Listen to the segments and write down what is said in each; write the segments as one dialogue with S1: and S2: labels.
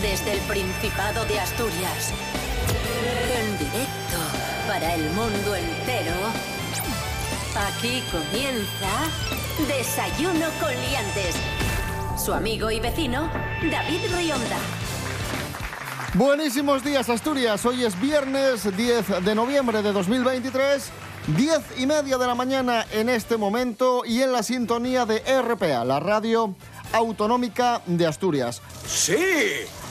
S1: Desde el Principado de Asturias. En directo para el mundo entero. Aquí comienza Desayuno con Liantes. Su amigo y vecino, David Rionda.
S2: Buenísimos días, Asturias. Hoy es viernes 10 de noviembre de 2023. 10 y media de la mañana en este momento y en la sintonía de RPA, la radio autonómica de Asturias.
S3: ¡Sí!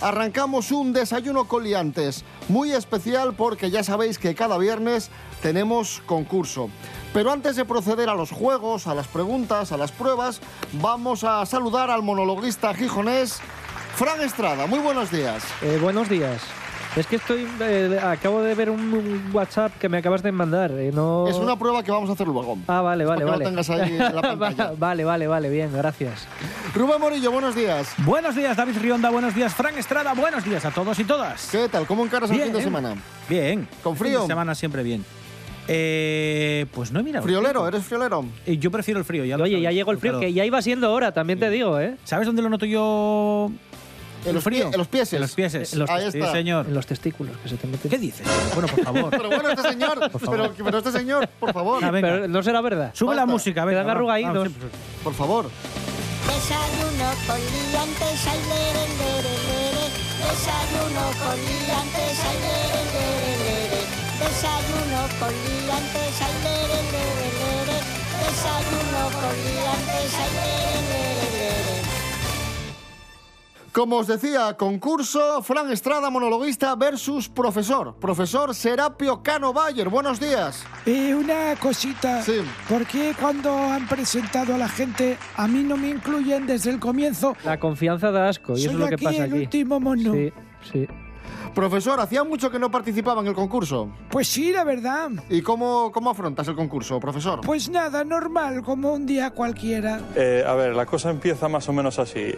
S2: Arrancamos un desayuno con liantes, muy especial porque ya sabéis que cada viernes tenemos concurso. Pero antes de proceder a los juegos, a las preguntas, a las pruebas, vamos a saludar al monologuista gijonés, Fran Estrada. Muy buenos días.
S4: Eh, buenos días. Es que estoy. eh, acabo de ver un, un WhatsApp que me acabas de mandar. eh, no...
S2: Es una prueba que vamos a hacer luego.
S4: Ah, vale, vale,
S2: Para que
S4: vale.
S2: lo tengas ahí en la pantalla.
S4: Va- vale, vale, vale, bien, gracias.
S2: Rubén Morillo, buenos días.
S5: Buenos días, David Rionda. Buenos días, Frank Estrada. Buenos días a todos y todas.
S2: ¿Qué tal? ¿Cómo encaras el fin de semana?
S5: eh. Bien.
S2: ¿Con frío?
S5: Fin de semana siempre bien. Eh, pues no he mirado.
S2: Friolero, eres friolero.
S5: Eh, yo prefiero el frío. Ya lo
S4: Oye, ya
S5: sabes,
S4: llegó el frío,
S5: calor.
S4: que ya iba siendo hora, también te digo, ¿eh?
S5: ¿Sabes dónde lo noto yo?
S2: En
S5: el
S2: los
S5: frío.
S2: pie- en los pieses.
S5: En los pieses.
S2: En los Ahí
S5: sí,
S2: está.
S5: señor.
S4: Eh, En los testículos que se te meten.
S5: ¿Qué dices? Bueno, por
S2: Pero
S5: favor.
S2: bueno, este señor, pero, pero este señor, por favor,
S5: Ah, venga.
S4: Pero no será verdad.
S5: Sube la
S2: Basta.
S5: música,
S4: Te
S5: venga.
S4: dan
S5: va.
S4: arrugaditos.
S5: Ah, sí.
S2: por favor.
S6: Desayuno con liantes, ay, lere, lere, lere. Desayuno con liantes, ay, lere, lere, lere. Desayuno con liantes, ay, lere, lere, lere. Desayuno con liantes, ay, lere, lere, lere.
S2: Como os decía, concurso Fran Estrada, monologuista versus profesor. Profesor Serapio Cano Bayer, buenos días.
S7: Eh, una cosita.
S2: Sí.
S7: ¿Por qué cuando han presentado a la gente a mí no me incluyen desde el comienzo?
S4: La confianza da asco, y eso
S7: Soy
S4: es lo que
S7: aquí
S4: pasa
S7: el
S4: aquí.
S7: último mono.
S4: Sí, sí.
S2: Profesor, hacía mucho que no participaba en el concurso.
S7: Pues sí, la verdad.
S2: ¿Y cómo, cómo afrontas el concurso, profesor?
S7: Pues nada, normal, como un día cualquiera.
S8: Eh, a ver, la cosa empieza más o menos así.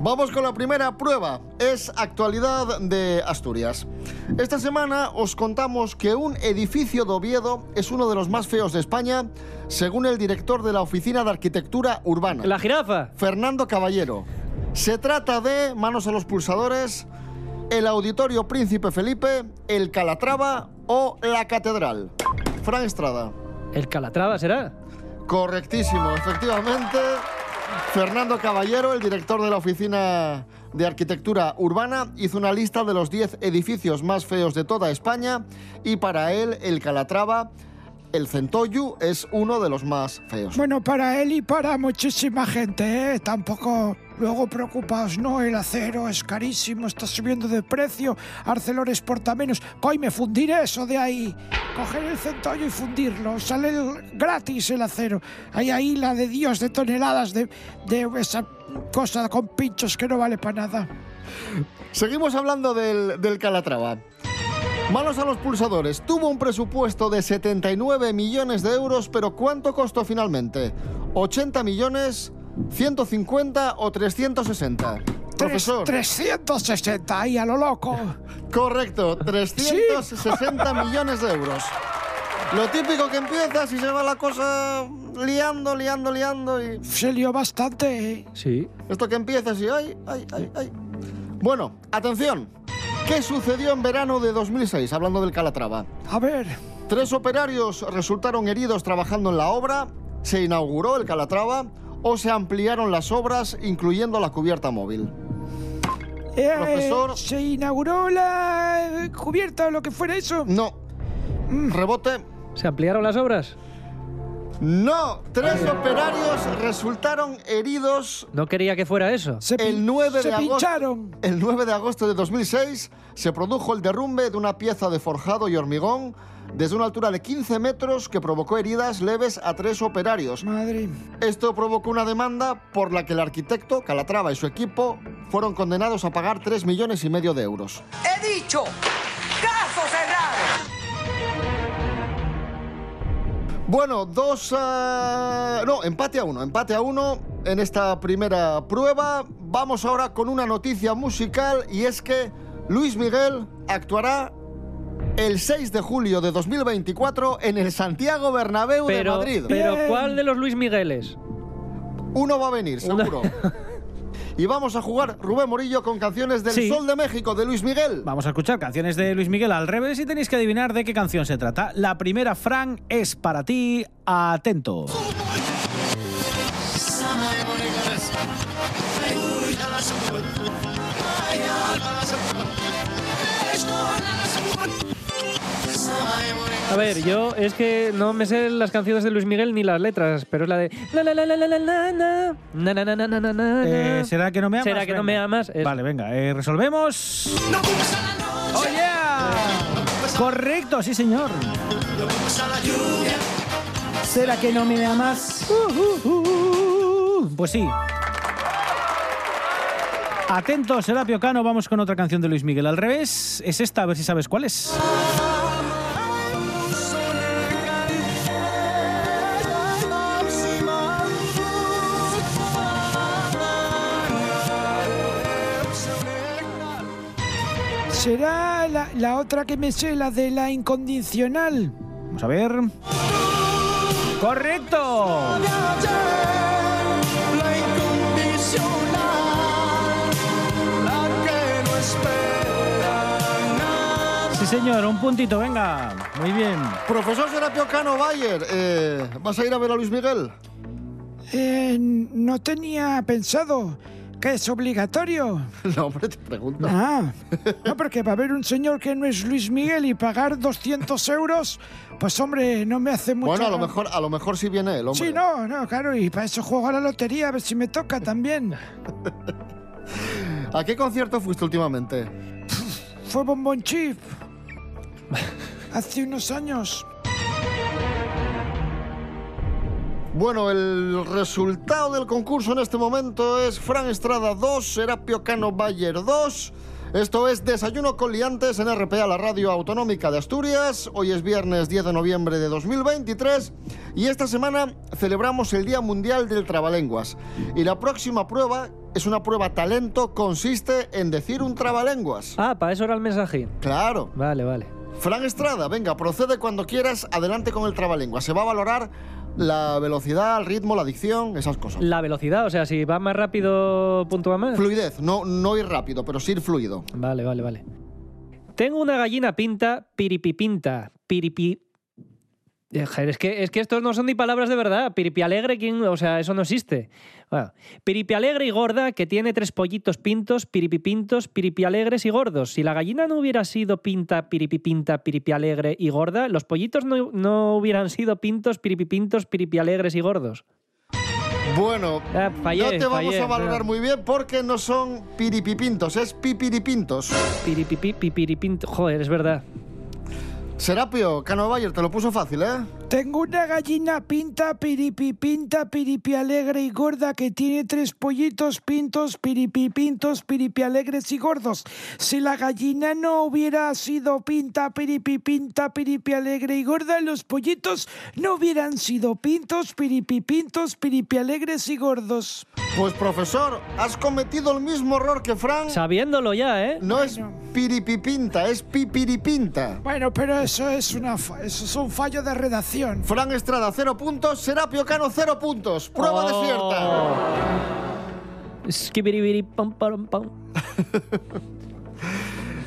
S2: Vamos con la primera prueba. Es actualidad de Asturias. Esta semana os contamos que un edificio de Oviedo es uno de los más feos de España, según el director de la Oficina de Arquitectura Urbana.
S4: La jirafa.
S2: Fernando Caballero. Se trata de, manos a los pulsadores, el Auditorio Príncipe Felipe, el Calatrava o la Catedral. Fran Estrada.
S4: El calatrava será.
S2: Correctísimo, efectivamente. Fernando Caballero, el director de la Oficina de Arquitectura Urbana, hizo una lista de los 10 edificios más feos de toda España y para él el Calatrava, el Centoyu, es uno de los más feos.
S7: Bueno, para él y para muchísima gente, ¿eh? Tampoco luego preocupaos, ¿no? El acero es carísimo, está subiendo de precio, Arcelor exporta menos. Coy, me fundiré eso de ahí. Coger el centollo y fundirlo, sale el- gratis el acero. Hay ahí la de Dios de toneladas de, de esa cosa con pinchos que no vale para nada.
S2: Seguimos hablando del, del Calatrava. Manos a los pulsadores. Tuvo un presupuesto de 79 millones de euros, pero ¿cuánto costó finalmente? ¿80 millones, 150 o 360?
S7: Tres-
S2: Profesor,
S7: 360, ahí a lo loco.
S2: correcto, 360 millones de euros. Lo típico que empiezas y se va la cosa liando, liando, liando y...
S7: Se lió bastante, ¿eh?
S4: Sí.
S2: Esto que empieza así, ay, ay, ay, ay. Bueno, atención. ¿Qué sucedió en verano de 2006, hablando del Calatrava?
S7: A ver,
S2: Tres operarios resultaron heridos trabajando en la obra, se inauguró el Calatrava o se ampliaron las obras, incluyendo la cubierta móvil.
S7: eh,
S2: Profesor.
S7: se inauguró la eh, cubierta o lo que fuera eso.
S2: No. Rebote.
S4: ¿Se ampliaron las obras?
S2: No. Tres operarios resultaron heridos
S4: No quería que fuera eso.
S7: Se
S2: el
S7: pin-
S2: 9
S7: se
S2: de agosto.
S7: pincharon.
S2: El 9 de agosto de 2006 se produjo el derrumbe de una pieza de forjado y hormigón desde una altura de 15 metros que provocó heridas leves a tres operarios.
S7: Madre.
S2: Esto provocó una demanda por la que el arquitecto Calatrava y su equipo fueron condenados a pagar 3 millones y medio de euros.
S9: He dicho, caso cerrado.
S2: Bueno, dos... ah, No, empate a uno, empate a uno en esta primera prueba. Vamos ahora con una noticia musical y es que Luis Miguel actuará el 6 de julio de 2024 en el Santiago Bernabéu de
S4: Pero,
S2: Madrid.
S4: pero
S7: Bien.
S4: ¿cuál de los Luis Migueles?
S2: Uno va a venir,
S4: Una-
S2: seguro. Y vamos a jugar Rubén Morillo con canciones del
S5: Sí.
S2: Sol de México de Luis Miguel.
S5: Vamos a escuchar canciones de Luis Miguel al revés y tenéis que adivinar de qué canción se trata. La primera, Fran, es para ti. Atento.
S4: A ver, yo es que no me sé las canciones de Luis Miguel ni las letras, pero es la de. La, la, la, la, la, la, la, na, na, na, na, na, na, na, na.
S5: Eh, ¿Será que no me amas?
S4: ¿Será que no
S5: Venga.
S4: me amas? Es-
S5: Vale, venga, eh, resolvemos. ¡Oh, yeah! Correcto, sí, señor. ¿Será que no me amas? Uh, uh, uh, uh. Pues sí. Atento, Serapio Cano, vamos con otra canción de Luis Miguel al revés. Es esta, a ver si sabes cuál es.
S7: ¿Será la, la otra que me sé, la de la incondicional?
S5: Vamos a ver. ¡Correcto! Sí, señor, un puntito, venga. Muy bien.
S2: Profesor Serapio Cano Bayer, eh, ¿vas a ir a ver a Luis Miguel?
S7: Eh, no tenía pensado que es obligatorio.
S2: No, hombre, te pregunto.
S7: Ah, no, porque va a haber un señor que no es Luis Miguel y pagar 200 euros, pues hombre, no me hace mucho.
S2: Bueno, a lo mejor, a lo mejor sí viene él, hombre.
S7: Sí, no, no, claro, y para eso juego a la lotería, a ver si me toca también.
S2: ¿A qué concierto fuiste últimamente?
S7: Fue Bombón Chip hace unos años.
S2: Bueno, el resultado del concurso en este momento es Fran Estrada 2, Serapio Cano Bayer 2. Esto es Desayuno con Liantes en RPA, la radio autonómica de Asturias. Hoy es viernes 10 de noviembre de 2023 y esta semana celebramos el Día Mundial del Trabalenguas. Y la próxima prueba es una prueba talento, consiste en decir un trabalenguas.
S4: Ah, para eso era el mensaje.
S2: Claro.
S4: Vale, vale.
S2: Fran Estrada, venga, procede cuando quieras, adelante con el trabalengua. Se va a valorar la velocidad, el ritmo, la dicción, esas cosas.
S4: La velocidad, o sea, si va más rápido, puntúa más.
S2: Fluidez, no, no ir rápido, pero sí ir fluido.
S4: Vale, vale, vale. Tengo una gallina pinta, piripipinta, piripi... Eh, joder, Es que, es que estos no son ni palabras de verdad. Piripi alegre, ¿quién? o sea, eso no existe. Bueno, piripi alegre y gorda, que tiene tres pollitos pintos, piripipintos, piripi alegres y gordos. Si la gallina no hubiera sido pinta, piripipinta, piripi alegre y gorda, los pollitos no, no hubieran sido pintos, piripipintos, piripi alegres y gordos.
S2: Bueno,
S4: Ah, fallé,
S2: no te vamos
S4: fallé,
S2: a valorar
S4: mira.
S2: muy bien porque no son piripipintos, es pipiripintos.
S4: Piripipi, piripinto. Joder, es verdad.
S2: Serapio, Cano Bayer, te lo puso fácil, ¿eh?
S7: Tengo una gallina pinta, piripi pinta, piripi alegre y gorda que tiene tres pollitos pintos, piripi pintos, piripi alegres y gordos. Si la gallina no hubiera sido pinta, piripi pinta, piripi alegre y gorda, los pollitos no hubieran sido pintos, piripi pintos, piripi alegres y gordos.
S2: Pues profesor, has cometido el mismo error que Fran.
S4: Sabiéndolo ya, ¿eh?
S2: No es piripipinta, es pipiripinta.
S7: Bueno, pero eso es una fa- eso es un fallo de redacción.
S2: Fran Estrada, cero puntos. Serapio Cano, cero puntos. Prueba
S4: Oh.
S2: desierta.
S4: Skibiribiri, pam, pam, pam.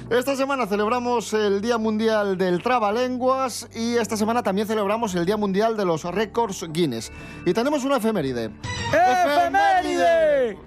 S2: Esta semana celebramos el Día Mundial del Trabalenguas y esta semana también celebramos el Día Mundial de los Récords Guinness. Y tenemos una efeméride. ¡Efeméride!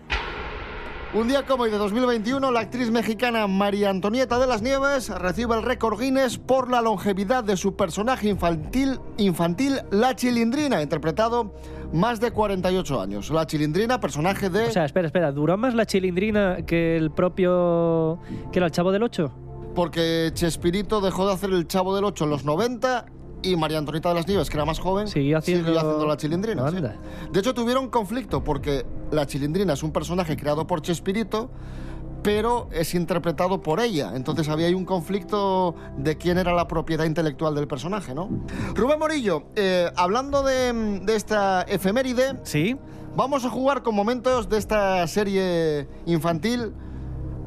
S2: Un día como hoy de 2021, la actriz mexicana María Antonieta de las Nieves recibe el récord Guinness por la longevidad de su personaje infantil, infantil La Chilindrina, interpretado más de 48 años. La Chilindrina, personaje de...
S4: O sea, espera, espera, ¿duró más la chilindrina que el propio. que era el chavo del 8?
S2: Porque Chespirito dejó de hacer el Chavo del 8 en los 90 y María Antonieta de las Nieves, que era más joven,
S4: Siguió haciendo-
S2: la chilindrina. sí.
S4: Anda.
S2: De hecho, tuvieron conflicto porque la chilindrina es un personaje creado por Chespirito, pero es interpretado por ella. Entonces había ahí un conflicto de quién era la propiedad intelectual del personaje, ¿no? Rubén Morillo, eh, hablando de, de esta efeméride,
S5: Sí.
S2: Vamos a jugar con momentos de esta serie infantil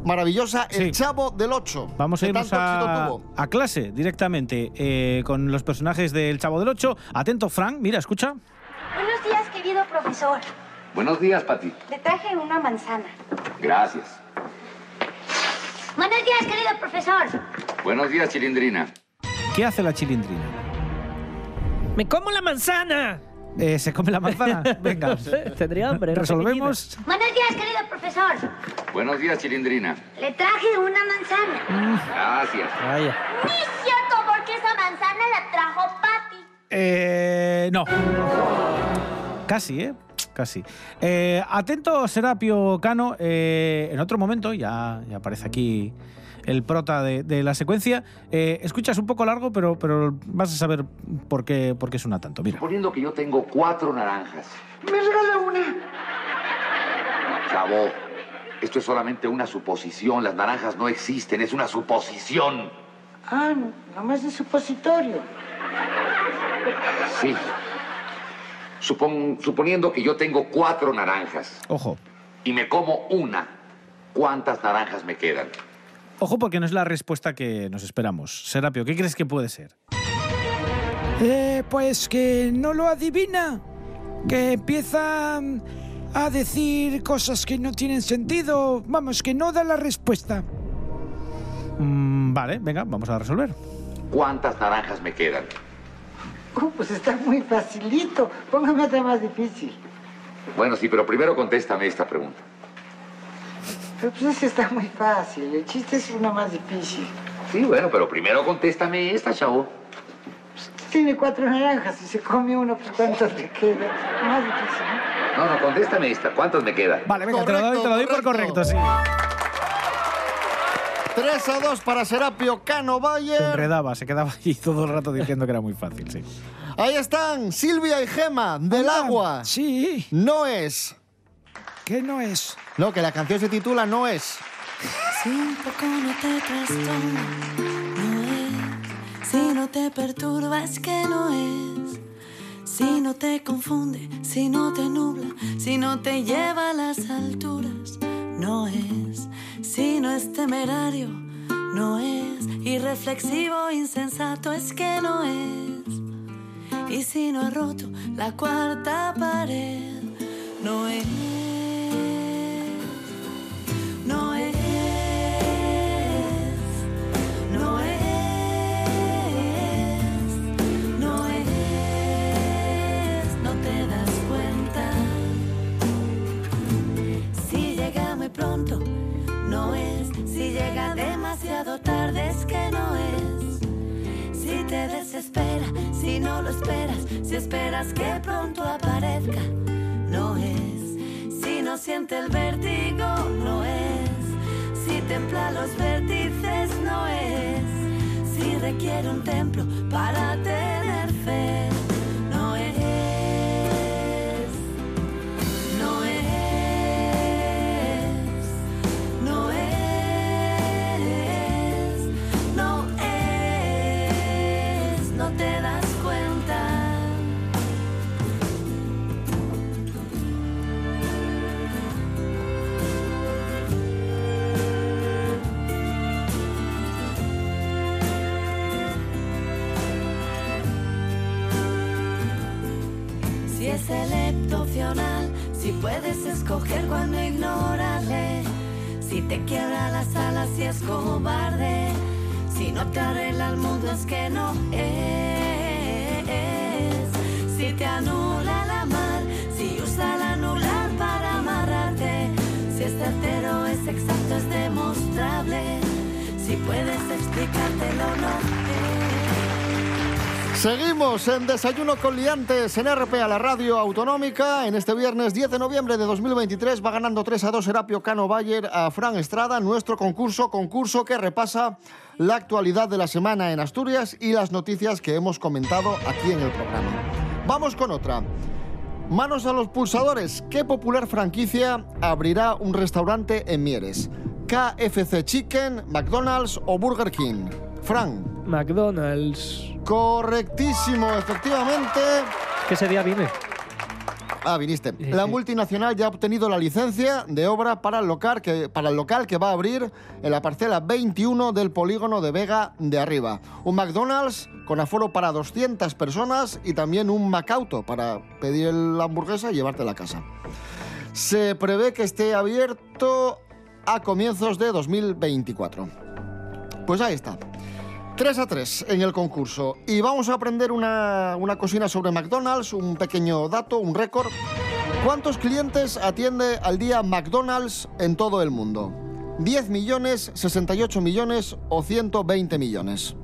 S2: maravillosa, El
S5: Sí.
S2: Chavo del 8.
S5: Vamos a
S2: que
S5: irnos
S2: tanto
S5: a,
S2: éxito tuvo.
S5: a clase directamente eh, con los personajes del Chavo del Ocho. Atento, Frank. Mira, escucha.
S3: Buenos días, querido profesor. Buenos días, Pati.
S10: Le traje una manzana.
S3: Gracias.
S11: Buenos días, querido profesor.
S3: Buenos días, Chilindrina.
S5: ¿Qué hace la Chilindrina?
S4: ¡Me como la manzana!
S5: Eh, ¿Se come la manzana? Venga.
S4: No sé, tendría hambre. no sé qué
S5: Resolvemos.
S11: Buenos días, querido profesor.
S3: Buenos días, Chilindrina.
S11: Le traje una manzana.
S3: Gracias.
S4: Vaya.
S11: No es cierto, porque esa manzana la trajo Patty.
S5: Eh, no. Casi, ¿eh? Casi. Eh, atento, Serapio Cano. eh, en otro momento, ya, ya aparece aquí el prota de, de la secuencia. Eh, escuchas un poco largo, pero, pero vas a saber por qué, por qué suena tanto. Mira.
S3: Suponiendo que yo tengo cuatro naranjas.
S9: Me regala una.
S3: Chavo, esto es solamente una suposición. Las naranjas no existen, es una suposición.
S9: Ah, no, nada más de supositorio.
S3: Sí. Supon- suponiendo que yo tengo cuatro naranjas
S5: Ojo.
S3: y me como una, ¿cuántas naranjas me quedan?
S5: Ojo porque no es la respuesta que nos esperamos. Serapio, ¿qué crees que puede ser?
S7: Eh, pues que no lo adivina, que empieza mm, a decir cosas que no tienen sentido, vamos, que no da la respuesta.
S5: Mm, vale, venga, vamos a resolver.
S3: ¿Cuántas naranjas me quedan?
S9: Uh, pues está muy facilito. Póngame otra más difícil.
S3: Bueno, sí, pero primero contéstame esta pregunta.
S9: Pero pues ese está muy fácil. El chiste es una más difícil.
S3: Sí, bueno, pero primero contéstame esta, chavo.
S9: Tiene cuatro naranjas. Si se come uno, pues ¿cuántas le queda? Más difícil, ¿no?
S3: No, no, contéstame esta. ¿Cuántas me quedan?
S5: Vale, venga, te lo doy, te lo doy por correcto,
S2: Correcto,
S5: sí.
S2: 3 a 2 para Serapio Cano
S5: Se
S2: Bayer.
S5: enredaba, se quedaba allí todo el rato diciendo que era muy fácil, sí.
S2: Ahí están Silvia y Gema del
S7: Ah,
S2: agua.
S7: Sí,
S2: No es.
S7: que no es.
S2: No, que la canción se titula No es.
S12: Si un poco no te trastorna, no es. Si no te perturbas, que no es. Si no te confunde, si no te nubla, si no te lleva a las alturas, no es. Si no es temerario, no es. Irreflexivo, insensato, es que no es. Y si no ha roto la cuarta pared, no es. No es, no es, no es, no te das cuenta. Si llega muy pronto, no es. Si llega demasiado tarde, es que no es. Si te desespera, si no lo esperas, si esperas que pronto aparezca, no es. Si no siente el vértigo, no es. Si templa los vértices, no es. Si requiere un templo para tener fe, no es. No es. No es, no es, no te das cuenta. Si es electo opcional, si puedes escoger cuando ignorarle, si te quiebra las alas, si es cobarde, si no te arregla el mundo es que no es, si te anula la mar, si usa el anular para amarrarte, si es certero, es exacto, es demostrable, si puedes explicártelo no es.
S2: Seguimos en Desayuno con Liantes en RP a la radio autonómica. En este viernes 10 de noviembre de 2023 va ganando 3 a 2 Serapio Cano Bayer a Fran Estrada. Nuestro concurso, concurso que repasa la actualidad de la semana en Asturias y las noticias que hemos comentado aquí en el programa. Vamos con otra. Manos a los pulsadores. ¿Qué popular franquicia abrirá un restaurante en Mieres? KFC Chicken, McDonald's o Burger King. Fran.
S4: McDonald's.
S2: Correctísimo, efectivamente.
S4: ¿Qué ese día vine?
S2: Ah, viniste. La multinacional ya ha obtenido la licencia de obra para el local que, para el local que va a abrir en la parcela 21 del polígono de Vega de Arriba. Un McDonald's con aforo para 200 personas y también un MacAuto para pedir la hamburguesa y llevártela a casa. Se prevé que esté abierto a comienzos de 2024. Pues ahí está. 3 a 3 en el concurso. Y vamos a aprender una, una cocina sobre McDonald's, un pequeño dato, un récord. ¿Cuántos clientes atiende al día McDonald's en todo el mundo? ¿10 millones, 68 millones o 120 millones?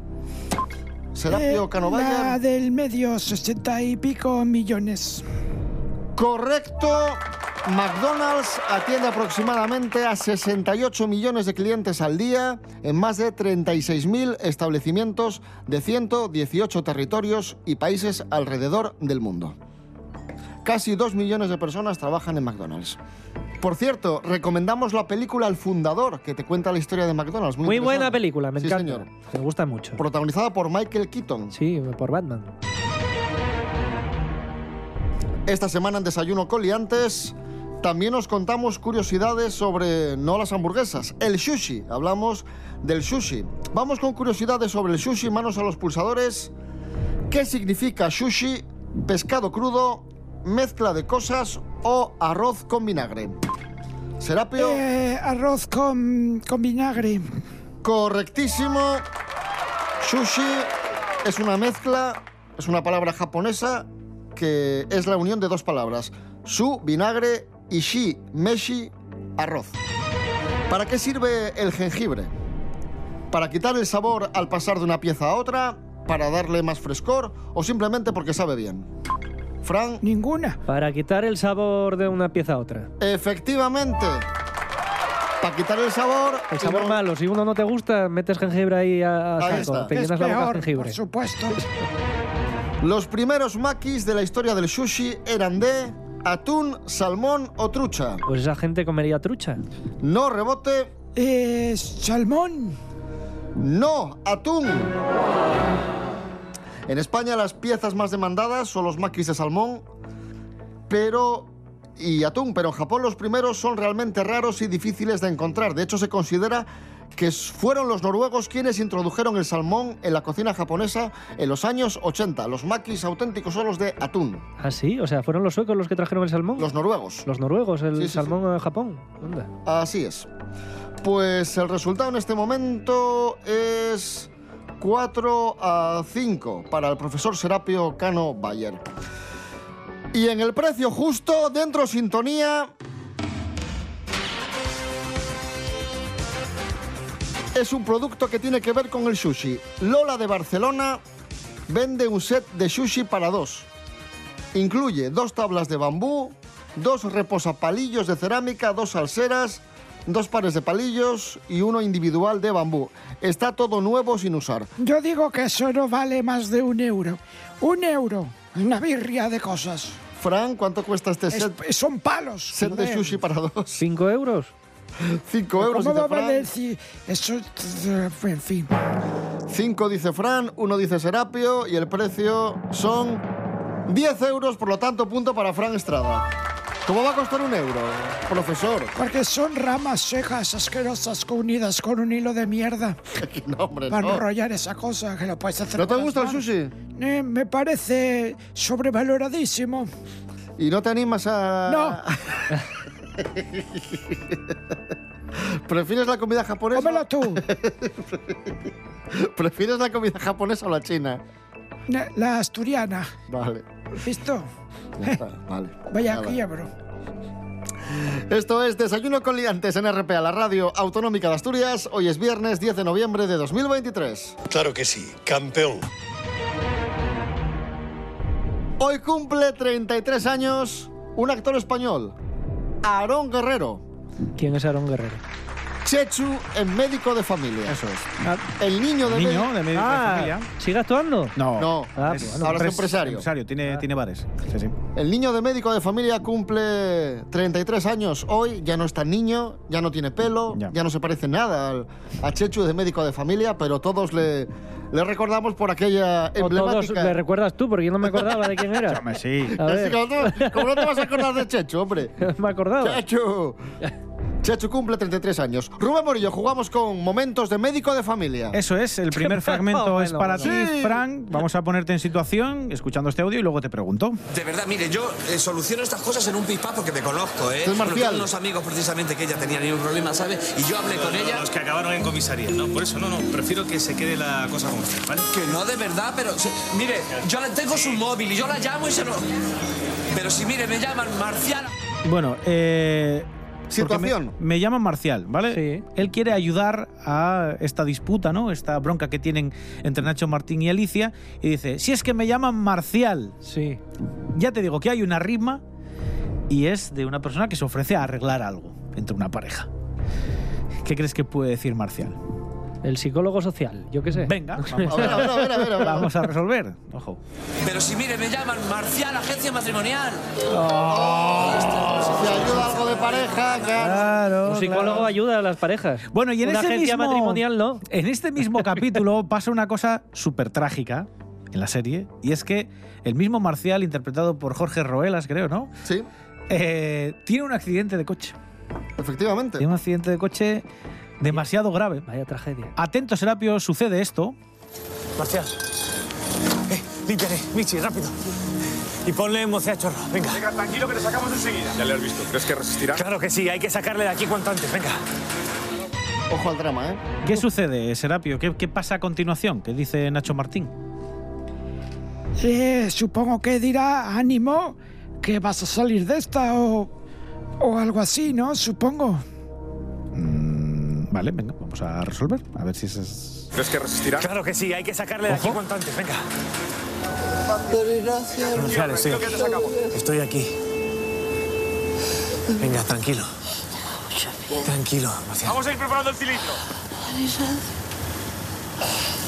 S2: Serapio
S7: Eh,
S2: Canovalla.
S7: La del medio, 60 y pico millones.
S2: Correcto. McDonald's atiende aproximadamente a 68 millones de clientes al día en más de 36.000 establecimientos de 118 territorios y países alrededor del mundo. Casi 2 millones de personas trabajan en McDonald's. Por cierto, recomendamos la película El Fundador, que te cuenta la historia de McDonald's. Muy,
S4: Muy buena
S2: interesante.
S4: película, me
S2: Sí,
S4: encanta.
S2: señor.
S4: Me gusta mucho.
S2: Protagonizada por Michael Keaton.
S4: Sí, por Batman.
S2: Esta semana en Desayuno Coliantes también os contamos curiosidades sobre no las hamburguesas, el sushi. Hablamos del sushi. Vamos con curiosidades sobre el sushi, manos a los pulsadores. ¿Qué significa sushi? Pescado crudo, mezcla de cosas o arroz con vinagre. Serapio,
S7: Eh, arroz con, con vinagre.
S2: correctísimo. Sushi es una mezcla, es una palabra japonesa que es la unión de dos palabras, su, vinagre, y shi, meshi, arroz. ¿Para qué sirve el jengibre? ¿Para quitar el sabor al pasar de una pieza a otra? ¿Para darle más frescor? ¿O simplemente porque sabe bien? Fran,
S7: Ninguna.
S4: Para quitar el sabor de una pieza a otra.
S2: efectivamente. Para quitar el sabor...
S4: El
S2: y
S4: sabor
S2: no-
S4: malo, si uno no te gusta, metes jengibre ahí a, a
S2: Ahí
S4: saco.
S2: está.
S4: Te
S7: Es
S4: llenas la boca de
S7: peor,
S4: jengibre.
S7: por supuesto.
S2: Los primeros makis de la historia del sushi eran de atún, salmón o trucha.
S4: Pues esa gente comería trucha.
S2: No rebote,
S7: Eh, salmón.
S2: no atún. En España las piezas más demandadas son los maquis de salmón, pero y atún, pero en Japón los primeros son realmente raros y difíciles de encontrar. De hecho se considera que fueron los noruegos quienes introdujeron el salmón en la cocina japonesa en los años 80. Los maquis auténticos son los de atún,
S4: ¿Ah, sí? O sea, ¿fueron los suecos los que trajeron el salmón?
S2: los noruegos.
S4: Los noruegos, el
S2: Sí, sí, sí.
S4: salmón a Japón. Anda.
S2: Así es. Pues el resultado en este momento es 4 a 5 para el profesor Serapio Cano Bayer. Y en el precio justo, dentro sintonía... Es un producto que tiene que ver con el sushi. Lola de Barcelona vende un set de sushi para dos. Incluye dos tablas de bambú, dos reposapalillos de cerámica, dos salseras, dos pares de palillos y uno individual de bambú. Está todo nuevo sin usar.
S7: Yo digo que eso no vale más de un euro. Un euro. Una birria de cosas.
S2: Fran, ¿cuánto cuesta este
S7: Es-
S2: set,
S7: son palos.
S2: set de
S7: joder.
S2: sushi para dos?
S4: ¿Cinco euros?
S2: Cinco euros,
S7: ¿Cómo va
S2: dice
S7: a
S2: Fran.
S7: valer si eso... En fin.
S2: Cinco dice Fran, uno dice Serapio y el precio son 10 euros, por lo tanto, punto para Fran Estrada. ¿Cómo va a costar un euro, profesor?
S7: Porque son ramas secas asquerosas unidas con un hilo de mierda.
S2: No, hombre,
S7: Para
S2: Pues no.
S7: enrollar esa cosa que lo puedes hacer.
S2: ¿No te
S7: con las
S2: gusta el
S7: manos.
S2: sushi?
S7: Eh, me parece sobrevaloradísimo.
S2: Pues ¿Y no te animas a...?
S7: No.
S2: ¿Prefieres la comida japonesa?
S7: Cómelo tú.
S2: ¿Prefieres la comida japonesa o la china?
S7: Na- La asturiana.
S2: Vale.
S7: ¿Listo?
S2: Ya está, vale.
S7: Vaya
S2: Nada.
S7: quiebro.
S2: Esto es Desayuno con Liantes en RPA, la radio autonómica de Asturias. Hoy es viernes 10 de noviembre de 2023.
S10: Claro que sí, campeón.
S2: Hoy cumple 33 años un actor español, Aarón Guerrero,
S4: ¿Quién es Aarón Guerrero?
S2: Chechu en Médico de Familia.
S5: Eso es.
S4: Ah,
S2: El niño de...
S5: Niño de medio de familia.
S4: ¿Sigue actuando?
S5: No.
S2: No,
S4: Ah,
S5: Es-
S4: bueno,
S2: ahora es
S5: pres-
S2: empresario. Ah.
S5: Tiene, tiene bares. Sí, sí.
S2: El niño de médico de familia cumple 33 años hoy, ya no es tan niño, ya no tiene pelo, ya,
S5: Ya.
S2: no se parece nada al, a Chechu de médico de familia, pero todos le, le recordamos por aquella
S4: O todos
S2: emblemática...
S4: le recuerdas tú, porque yo no me acordaba de quién era.
S5: Hombre, sí.
S4: A
S2: Así
S4: ver,
S2: que, ¿Cómo no te vas a acordar de Chechu, hombre?
S4: me acordaba.
S2: ¡Chechu! Chechu cumple 33 años. Rubén Morillo, jugamos con momentos de médico de familia.
S5: Eso es, el primer fragmento es para ti, Frank. Vamos a ponerte en situación escuchando este audio y luego te pregunto.
S10: De verdad, mire, yo eh, soluciono estas cosas en un pispás porque me conozco, ¿eh?
S5: Esto
S10: Pero
S5: es marcial.
S10: tengo unos amigos precisamente que ella tenía ningún problema, ¿sabe? Y yo hablé con ella.
S13: Los que acabaron en comisaría, ¿no? Por eso, no, no. Prefiero que se quede la cosa como está, ¿vale?
S10: Que no, de verdad, pero. se- mire, yo la tengo su móvil y yo la llamo y se lo. Pero si, mire, me llaman Marcial.
S5: Bueno, eh. porque me-
S10: Situación.
S5: Me, llaman Marcial, ¿vale? Él quiere ayudar a esta disputa, ¿no? Esta bronca que tienen entre Nacho Martín y Alicia. Y dice: Si es que me llaman Marcial.
S4: Sí.
S5: Ya te digo que hay una rima y es de una persona que se ofrece a arreglar algo entre una pareja. ¿Qué crees que puede decir Marcial?
S4: El psicólogo social, yo qué sé.
S5: Venga, vamos a- Vamos a resolver. Ojo.
S10: Pero si, mire, me llaman Marcial, agencia matrimonial.
S2: Si ayuda algo de pareja,
S5: Ah.
S4: Un psicólogo ayuda a las parejas.
S5: Bueno, y en
S4: Una
S5: ese
S4: agencia
S5: mismo,
S4: matrimonial no.
S5: En este mismo capítulo pasa una cosa súper trágica en la serie, y es que el mismo Marcial, interpretado por Jorge Roelas, creo, ¿no? Eh,
S2: Sí.
S5: tiene un accidente de coche.
S2: Efectivamente.
S5: Tiene un accidente de coche demasiado grave.
S4: Vaya tragedia.
S5: Atento, Serapio, sucede esto.
S13: Marcial. Eh, límpiale, Michi, rápido. Y ponle mocea chorro, venga. Venga, tranquilo que le sacamos enseguida.
S14: Ya le has visto. ¿Crees que resistirá?
S13: Claro que sí, hay que sacarle de aquí cuanto antes, venga.
S2: Ojo al drama, ¿eh?
S5: ¿Qué sucede, Serapio? ¿Qué, qué pasa a continuación? ¿Qué dice Nacho Martín?
S7: Eh, supongo que dirá ánimo que vas a salir de esta o, o algo así, ¿no? Supongo.
S5: Vale, venga, vamos a resolver. A ver si ese es.
S14: ¿Crees que resistirá?
S13: Claro que sí, hay que sacarle de aquí cuanto antes, venga.
S14: Marcial, sí.
S13: Estoy aquí. Venga, tranquilo. Tranquilo, Marcial.
S14: Vamos a ir preparando el cilindro.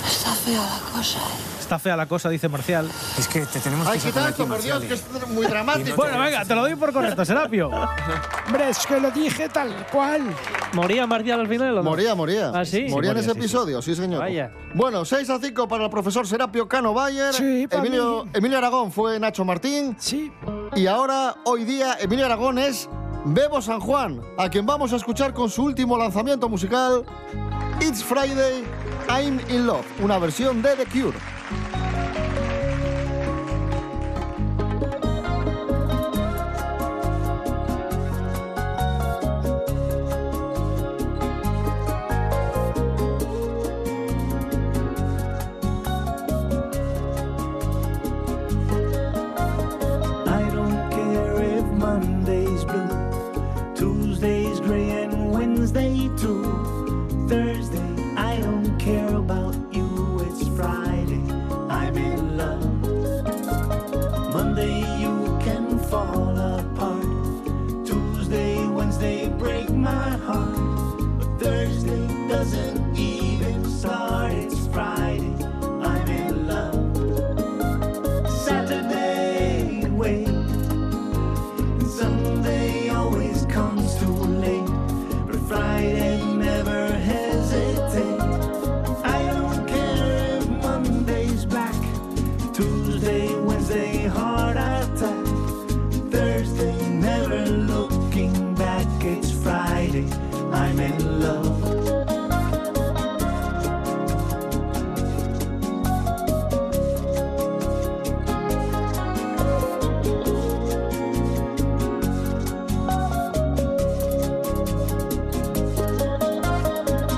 S12: Está fea la cosa. ¿eh?
S5: Está fea la cosa, dice Marcial.
S13: Es que te tenemos
S2: Ay, quita esto, por Dios, que es muy dramático.
S5: Bueno, venga, te lo doy por correcto, Serapio.
S7: Hombre, es que lo dije tal cual.
S4: ¿Moría Marcial al final o no?
S2: Moría, moría.
S4: ¿Ah, sí?
S2: Moría en ese
S4: sí, sí.
S2: episodio, sí, señor.
S4: Vaya.
S2: Bueno, 6 a 5 para el profesor Serapio Cano Bayer.
S7: pa'
S2: Emilio,
S7: mí.
S2: Emilio Aragón fue Nacho Martín.
S7: Sí.
S2: Y ahora, hoy día, Emilio Aragón es Bebo San Juan, a quien vamos a escuchar con su último lanzamiento musical, It's Friday, I'm in Love, una versión de The Cure.
S15: I don't care if Monday's blue, Tuesday's gray, and Wednesday too. Thursday, I don't care about you, it's Friday, I'm in love. Monday, you can fall apart. Tuesday, Wednesday, break my heart. But Thursday doesn't even start, it's Friday, I'm in love. Saturday wait. And Sunday always comes too late. But Friday never hesitates. I don't care if Monday's black. Tuesday, Wednesday, heart attack. Thursday, never looking back. It's Friday, I'm in love.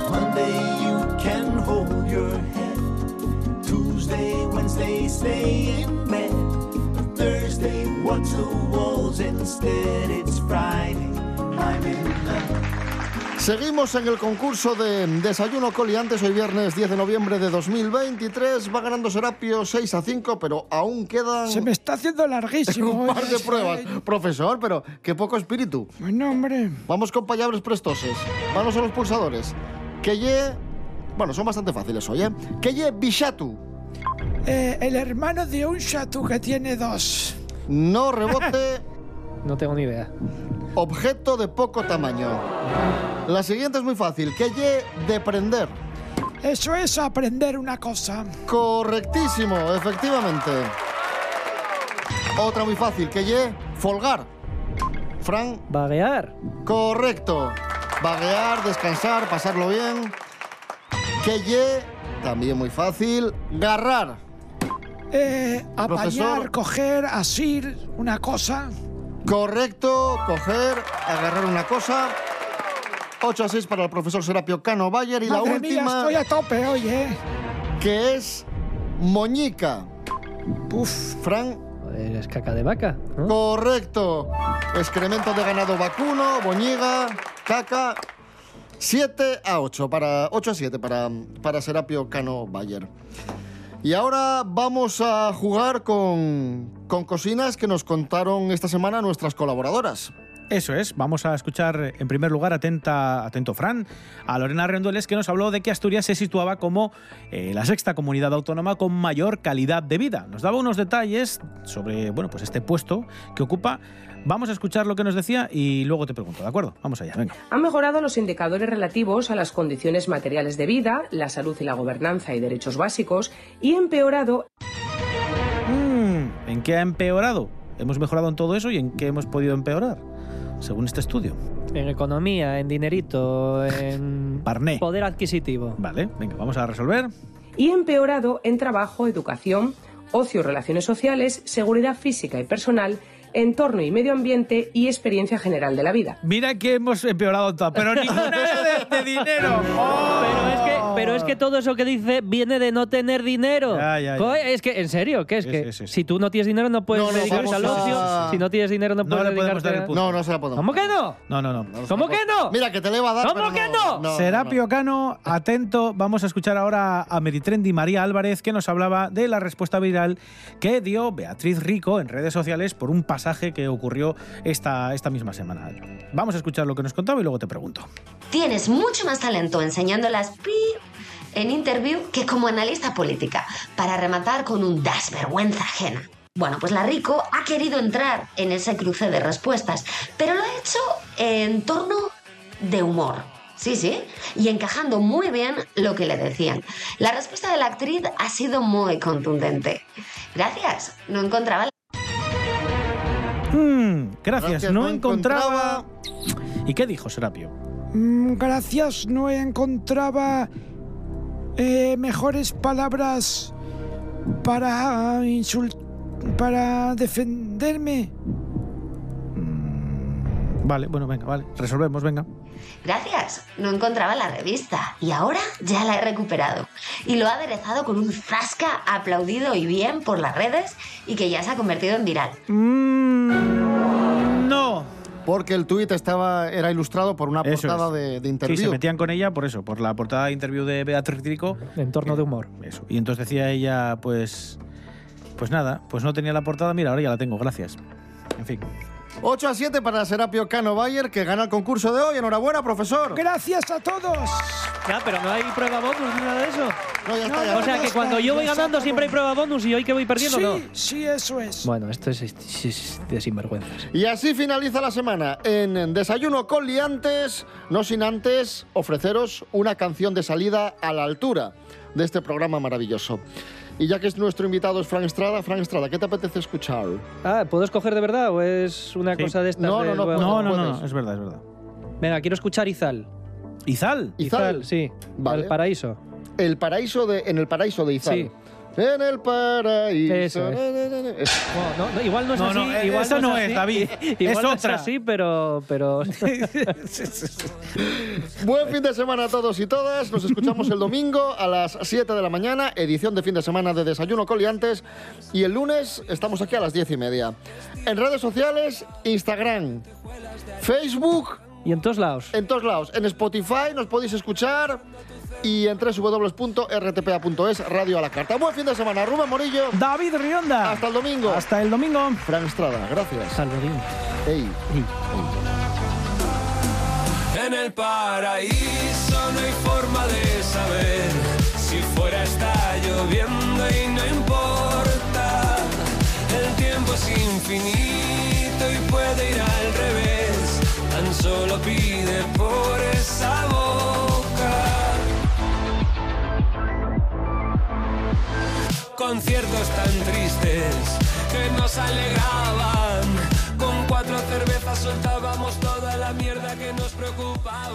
S15: Monday you can hold your head. Tuesday, Wednesday, stay in bed. Thursday, what's the walls instead? It's Friday, I'm in love.
S2: Seguimos en el concurso de Desayuno Coliantes hoy viernes 10 de noviembre de 2023. Va ganando Serapio 6 a 5, pero aún quedan
S7: Se me está haciendo larguísimo.
S2: un par
S7: ¿eh?
S2: de pruebas. Profesor, pero qué poco espíritu.
S7: Bueno, hombre.
S2: Vamos con payables prestoses. Vamos a los pulsadores. Que ye... Bueno, son bastante fáciles hoy, ¿eh? Que ye bichatu.
S7: Eh, el hermano de un chatu que tiene dos.
S2: No rebote
S4: No tengo ni idea.
S2: objeto de poco tamaño. La siguiente es muy fácil. Que ye deprender.
S7: Eso es aprender una cosa.
S2: Correctísimo, efectivamente. Otra muy fácil, que ye folgar. Fran.
S4: Vaguear.
S2: Correcto. Vaguear, descansar, pasarlo bien. Que ye, también muy fácil. Garrar.
S7: Eh,
S2: Profesor.
S7: apañar, coger, asir, una cosa.
S2: Correcto, coger, agarrar una cosa. 8 a 6 para el profesor Serapio Cano Bayer y la
S7: Madre mía,
S2: última.
S7: estoy a tope hoy, ¿eh?
S2: Que es moñica. Puf, Fran.
S4: Es caca de vaca.
S2: Correcto. Excremento de ganado vacuno, boñiga, caca. 7 a 8 para 8 a 7 para, para Serapio Cano Bayer. Y ahora vamos a jugar con, con cocinas que nos contaron esta semana nuestras colaboradoras.
S5: Eso es, vamos a escuchar en primer lugar atenta, atento Fran, a Lorena Rendueles que nos habló de que Asturias se situaba como eh, la sexta comunidad autónoma con mayor calidad de vida. Nos daba unos detalles sobre bueno, pues este puesto que ocupa. Vamos a escuchar lo que nos decía y luego te pregunto, ¿de acuerdo? Vamos allá, venga.
S16: Han mejorado los indicadores relativos a las condiciones materiales de vida, la salud y la gobernanza y derechos básicos, y empeorado
S5: Mm, ¿En qué ha empeorado? ¿Hemos mejorado en todo eso y en qué hemos podido empeorar? Según este estudio.
S4: En economía, en dinerito, en
S5: Parné.
S4: poder adquisitivo.
S5: Vale, venga, vamos a resolver.
S16: y empeorado en trabajo, educación, ocio, relaciones sociales, seguridad física y personal, entorno y medio ambiente y experiencia general de la vida.
S5: Mira que hemos empeorado todo, pero ninguna era de, de dinero.
S4: Pero es que, pero es que todo eso que dice viene de no tener dinero.
S5: Ya, ya, ya.
S4: Co- Es que, en serio, ¿qué es que si tú no tienes dinero no puedes
S2: No, no,
S4: dedicarte
S2: vamos
S4: al ocio?
S2: a-
S4: Si no tienes dinero no
S5: No
S4: puedes
S5: le podemos
S4: dedicarte
S5: dar el
S4: a-
S5: punto.
S2: No, no se la podemos.
S4: ¿Cómo que no?
S5: No, no, no.
S4: ¿Cómo que no?
S2: Mira, que te le va a dar.
S4: ¿Cómo
S2: pero
S4: que no?
S5: Será Piocano, atento. Vamos a escuchar ahora a Meritrendi María Álvarez, que nos hablaba de la respuesta viral que dio Beatriz Rico en redes sociales por un pasaje que ocurrió esta, esta misma semana. Vamos a escuchar lo que nos contaba y luego te pregunto.
S17: Tienes mucho más talento enseñando las pi en interview que como analista política, para rematar con un das vergüenza ajena. Bueno, pues la Rico ha querido entrar en ese cruce de respuestas, pero lo ha hecho en torno de humor. Sí, sí, y encajando muy bien lo que le decían. La respuesta de la actriz ha sido muy contundente. Gracias, no encontraba la...
S5: Mm, gracias,
S7: Gracias,
S5: no,
S7: no
S5: encontraba... ¿Y qué dijo Serapio?
S7: Mm, gracias, no encontraba eh, mejores palabras para insult- para defenderme.
S5: Vale, bueno, venga, vale. Resolvemos, venga.
S17: Gracias, no encontraba la revista y ahora ya la he recuperado. Y lo ha aderezado con un zasca aplaudido y bien por las redes y que ya se ha convertido en viral.
S5: no.
S2: Porque el tuit estaba, era ilustrado por una portada de, de
S5: Sí,
S2: interview.
S5: se metían con ella por eso, por la portada de interview de Beatriz Rico.
S4: En torno de humor.
S5: Eso. Y entonces decía ella, pues. Pues nada, pues no tenía la portada, mira, ahora ya la tengo, gracias. En fin.
S2: 8 a 7 para Serapio Cano Bayer, que gana el concurso de hoy. Enhorabuena, profesor.
S7: Gracias a todos.
S4: Ya, pero no hay prueba bonus ni nada de eso.
S2: No, ya está, ya
S4: o sea
S2: está.
S4: que cuando yo voy ganando siempre hay prueba bonus y hoy que voy perdiendo
S7: sí,
S4: no.
S7: sí, eso es.
S4: Bueno, esto es, es- es de sinvergüenzas.
S2: Y así finaliza la semana en Desayuno con Liantes, no sin antes ofreceros una canción de salida a la altura de este programa maravilloso. Y ya que es nuestro invitado es Frank Estrada, Frank Estrada, ¿qué te apetece escuchar?
S4: Ah, ¿puedo escoger de verdad o es una cosa de estas?
S2: No, no,
S4: del
S2: no,
S4: huevo?
S5: No, no, no, no, es verdad, es verdad.
S4: Venga, quiero escuchar Izal.
S5: ¿Izal?
S2: Izal.
S4: sí.
S2: Vale.
S4: El paraíso.
S2: El paraíso de, en el paraíso de Izal.
S4: Sí.
S2: En el paraíso.
S4: Eso es. No, no, igual no es
S5: No,
S4: así.
S5: no, eh,
S4: igual
S5: esa no es,
S4: así.
S5: David.
S4: Igual
S5: Es
S4: no
S5: otra.
S4: Es así, pero. pero...
S2: Buen fin de semana a todos y todas. Nos escuchamos el domingo a las 7 de la mañana, edición de fin de semana de Desayuno Coliantes. Y el lunes estamos aquí a las 10 y media. En redes sociales, Instagram, Facebook.
S4: Y en todos lados.
S2: En todos lados. En Spotify nos podéis escuchar. Y en www.rtpa.es, radio a la carta. Buen fin de semana, Rubén Morillo.
S5: David Rionda.
S2: Hasta el domingo.
S5: Hasta el domingo.
S2: Fran Estrada, gracias.
S4: Salvo
S2: Ey.
S14: En el paraíso no hay forma de saber si fuera está lloviendo y no importa. El tiempo es infinito y puede ir al revés. Tan solo pide por esa boca. conciertos tan tristes que nos alegraban. Con cuatro cervezas soltábamos toda la mierda que nos preocupaba.